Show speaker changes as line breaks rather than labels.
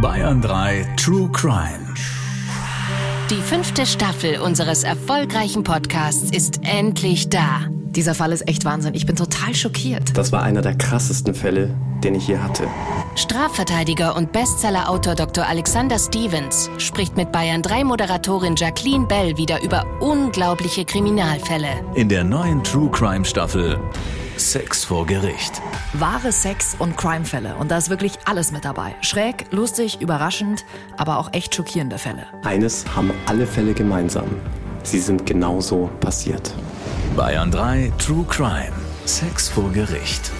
Bayern 3 True Crime.
Die fünfte Staffel unseres erfolgreichen Podcasts ist endlich da.
Dieser Fall ist echt Wahnsinn. Ich bin total schockiert.
Das war einer der krassesten Fälle, den ich je hatte.
Strafverteidiger und Bestsellerautor Dr. Alexander Stevens spricht mit Bayern 3 Moderatorin Jacqueline Bell wieder über unglaubliche Kriminalfälle.
In der neuen True Crime Staffel Sex vor Gericht.
Wahre Sex- und Crime-Fälle. Und da ist wirklich alles mit dabei. Schräg, lustig, überraschend, aber auch echt schockierende Fälle.
Eines haben alle Fälle gemeinsam. Sie sind genauso passiert.
Bayern 3 True Crime. Sex vor Gericht.